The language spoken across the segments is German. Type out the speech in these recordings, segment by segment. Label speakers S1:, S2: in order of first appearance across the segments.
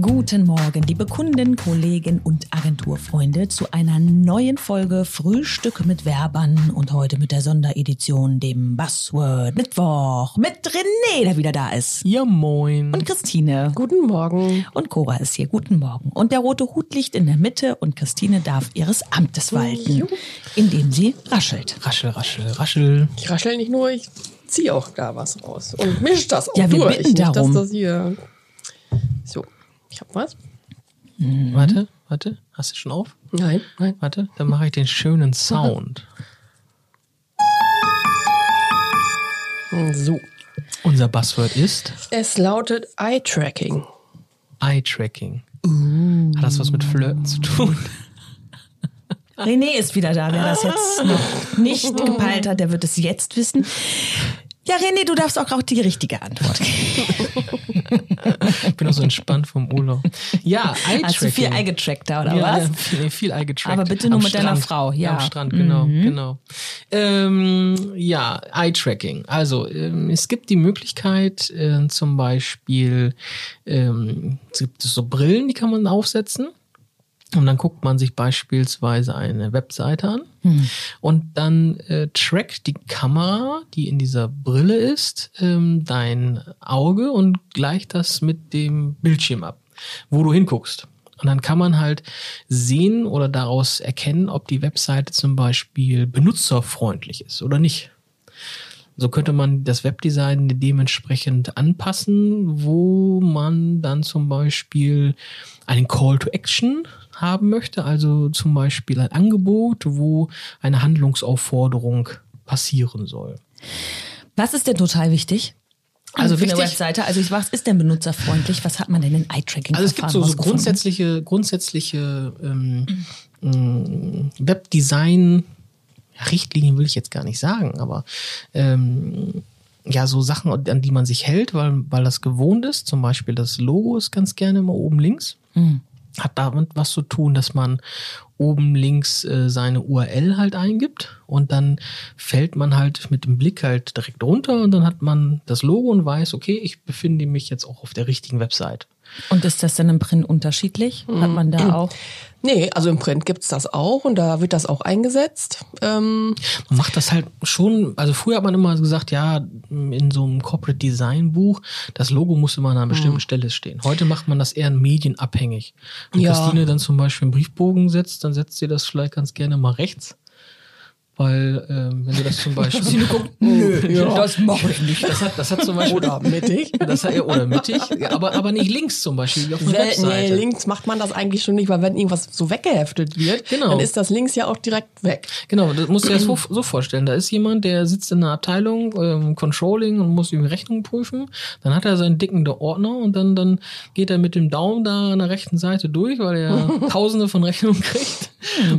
S1: Guten Morgen, liebe Kunden, Kollegen und Agenturfreunde, zu einer neuen Folge Frühstück mit Werbern und heute mit der Sonderedition, dem Buzzword Mittwoch, mit René, der wieder da ist.
S2: Ja, moin.
S1: Und Christine.
S2: Guten Morgen.
S1: Und Cora ist hier. Guten Morgen. Und der rote Hut liegt in der Mitte und Christine darf ihres Amtes walten, indem sie raschelt.
S2: Raschel, raschel, raschel.
S3: Ich raschel nicht nur, ich ziehe auch da was raus und misch das auch
S1: Ja, wir
S3: durch.
S1: bitten
S3: nicht,
S1: darum.
S3: Dass das hier so, ich hab was?
S2: Hm, Warte, warte. Hast du schon auf?
S3: Nein, nein.
S2: Warte, dann mache ich den schönen Sound.
S3: So.
S2: Unser Buzzword ist
S3: Es lautet Eye-Tracking.
S2: Eye-Tracking. Hat das was mit Flirten zu tun?
S1: René ist wieder da. Wer das jetzt noch nicht gepeilt hat, der wird es jetzt wissen. Ja, René, du darfst auch, auch die richtige Antwort geben.
S2: Ich bin auch so entspannt vom Urlaub. Ja, Eye-Tracking.
S1: Hast du viel eingetrackter, oder
S2: ja,
S1: was?
S2: Ja, viel, viel Ei getrackt.
S1: Aber bitte nur
S2: Am
S1: mit deiner
S2: Strand.
S1: Frau, ja. Mhm.
S2: Am Strand, genau, genau. Ähm, ja, Eye-Tracking. Also, ähm, es gibt die Möglichkeit, äh, zum Beispiel, ähm, es gibt so Brillen, die kann man aufsetzen. Und dann guckt man sich beispielsweise eine Webseite an und dann äh, trackt die Kamera, die in dieser Brille ist, ähm, dein Auge und gleicht das mit dem Bildschirm ab, wo du hinguckst. Und dann kann man halt sehen oder daraus erkennen, ob die Webseite zum Beispiel benutzerfreundlich ist oder nicht. So könnte man das Webdesign dementsprechend anpassen, wo man dann zum Beispiel einen Call to Action haben möchte, also zum Beispiel ein Angebot, wo eine Handlungsaufforderung passieren soll.
S1: Was ist denn total wichtig?
S2: Also
S1: für eine
S2: wichtig-
S1: Webseite. Also ich was ist denn benutzerfreundlich? Was hat man denn in Eye-Tracking?
S2: Also es gibt so, so grundsätzliche, grundsätzliche ähm, ähm, Webdesign, ja, Richtlinien will ich jetzt gar nicht sagen, aber ähm, ja, so Sachen, an die man sich hält, weil, weil das gewohnt ist. Zum Beispiel das Logo ist ganz gerne immer oben links. Hat damit was zu tun, dass man oben links äh, seine URL halt eingibt und dann fällt man halt mit dem Blick halt direkt runter und dann hat man das Logo und weiß, okay, ich befinde mich jetzt auch auf der richtigen Website.
S1: Und ist das denn im Print unterschiedlich?
S2: Mhm.
S1: Hat man da auch?
S3: Nee, also im Print gibt's das auch und da wird das auch eingesetzt. Ähm,
S2: Man macht das halt schon, also früher hat man immer gesagt, ja, in so einem Corporate Design Buch, das Logo muss immer an einer bestimmten Stelle stehen. Heute macht man das eher medienabhängig. Wenn
S3: Ja.
S2: Christine dann zum Beispiel einen Briefbogen setzt, dann setzt sie das vielleicht ganz gerne mal rechts. Weil, ähm, wenn du das zum Beispiel. Christine guckt, nö, das mache ich nicht. Das hat, das hat zum Beispiel.
S3: oder mittig.
S2: Das hat, ja, oder mittig, ja, aber, aber nicht links zum Beispiel, wie auf einer
S3: Sel- Nee,
S2: Webseite.
S3: links macht man das eigentlich schon nicht, weil wenn irgendwas so weggeheftet wird,
S2: Genau.
S3: dann ist das links ja auch direkt weg.
S2: Genau, das musst du dir das so, so vorstellen. Da ist jemand, der sitzt in einer Abteilung, ähm, Controlling und muss irgendwie Rechnungen prüfen. Dann hat er seinen dicken Ordner und dann, dann geht er mit dem Daumen da an der rechten Seite durch, weil er tausende von Rechnungen kriegt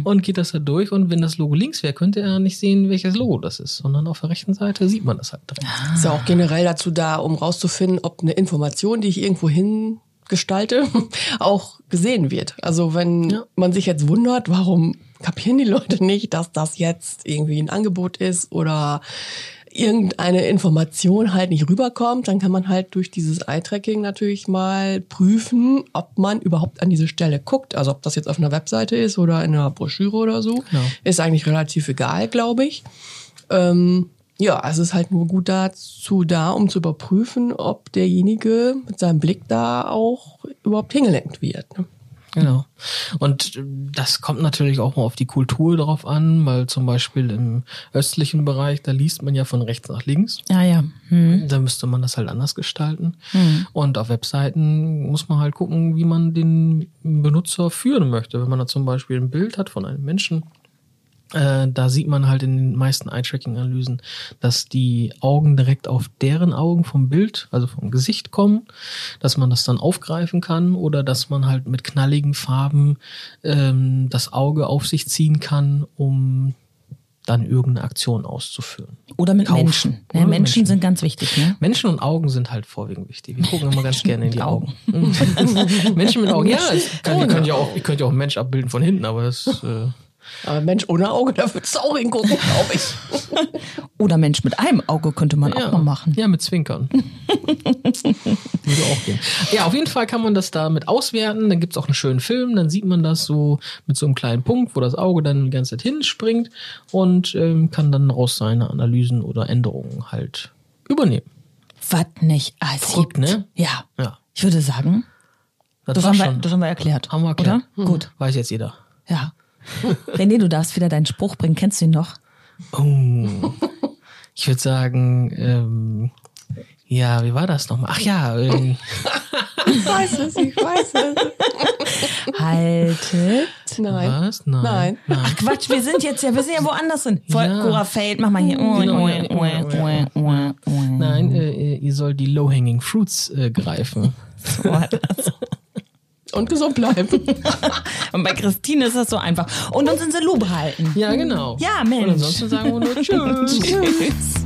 S2: und geht das da durch. Und wenn das Logo links wäre, könnte er nicht sehen, welches Logo das ist, sondern auf der rechten Seite sieht man das halt direkt.
S3: Ist ja auch generell dazu da, um rauszufinden, ob eine Information, die ich irgendwo hin gestalte, auch gesehen wird. Also wenn
S2: Ja.
S3: man sich jetzt wundert, warum kapieren die Leute nicht, dass das jetzt irgendwie ein Angebot ist oder irgendeine Information halt nicht rüberkommt, dann kann man halt durch dieses Eye-Tracking natürlich mal prüfen, ob man überhaupt an diese Stelle guckt. Also ob das jetzt auf einer Webseite ist oder in einer Broschüre oder so.
S2: Genau.
S3: Ist eigentlich relativ egal, glaube ich. Ähm, ja, es ist halt nur gut dazu da, um zu überprüfen, ob derjenige mit seinem Blick da auch überhaupt hingelenkt wird. Ne?
S2: Genau. Und ähm, das kommt natürlich auch mal auf die Kultur drauf an, weil zum Beispiel im östlichen Bereich, da liest man ja von rechts nach links.
S1: Ja, ja. Hm.
S2: Da müsste man das halt anders gestalten.
S1: Mhm.
S2: Und auf Webseiten muss man halt gucken, wie man den Benutzer führen möchte. Wenn man da zum Beispiel ein Bild hat von einem Menschen, äh, da sieht man halt in den meisten Eye-Tracking-Analysen, dass die Augen direkt auf deren Augen vom Bild, also vom Gesicht kommen, dass man das dann aufgreifen kann oder dass man halt mit knalligen Farben ähm, das Auge auf sich ziehen kann, um dann irgendeine Aktion auszuführen.
S1: Oder mit
S2: Kaufen.
S1: Menschen. Ne,
S2: Oder mit
S1: Menschen.
S2: Menschen.
S1: sind ganz wichtig, ne?
S2: Menschen und Augen sind halt vorwiegend wichtig. Wir gucken immer ganz gerne in die
S1: mit
S2: Augen.
S1: genau.
S2: Menschen mit Augen, ja. Ich, kann, ich, könnte ja auch, ich könnte ja auch einen Mensch abbilden von hinten, aber das äh,
S3: Aber Mensch ohne Auge, da würdest du auch hingucken, glaube ich.
S1: Oder Mensch mit einem Auge könnte man auch mal machen.
S2: Ja, mit Zwinkern. Würde auch gehen. Ja, auf jeden Fall kann man das damit auswerten. Dann gibt's auch einen schönen Film. Dann sieht man das so mit so einem kleinen Punkt, wo das Auge dann die ganze Zeit hinspringt und ähm, kann dann raus seine Analysen oder Änderungen halt übernehmen.
S1: Was nicht als
S2: Verrückt, ne?
S1: Ja.
S2: Ja.
S1: Ich würde sagen,
S2: Das,
S1: das,
S2: war
S1: haben wir,
S2: schon.
S1: das haben wir erklärt.
S2: Haben wir erklärt.
S1: Oder? Gut.
S2: Weiß jetzt jeder.
S1: Ja. René, du darfst wieder deinen Spruch bringen. Kennst du ihn noch?
S2: Oh. Ich würde sagen, ähm, ja, wie war das nochmal? Ach ja, ähm,
S3: Ich weiß es, ich weiß es.
S1: Halte.
S3: Nein.
S2: was? Nein.
S3: Nein.
S1: Ach Quatsch, wir sind jetzt ja, wir sind ja woanders hin. Voll
S2: Ja.
S1: Cora Feld, mach mal hier.
S2: Genau, ja, ja, Nein, äh, ihr sollt die Low-Hanging Fruits äh, greifen.
S1: So war das.
S3: Und gesund bleiben.
S1: Und bei Christine ist das so einfach. Und uns in the Loop halten.
S2: Ja, genau.
S1: Ja, Mensch.
S2: Und ansonsten sagen wir nur Tschüss.
S1: Tschüss.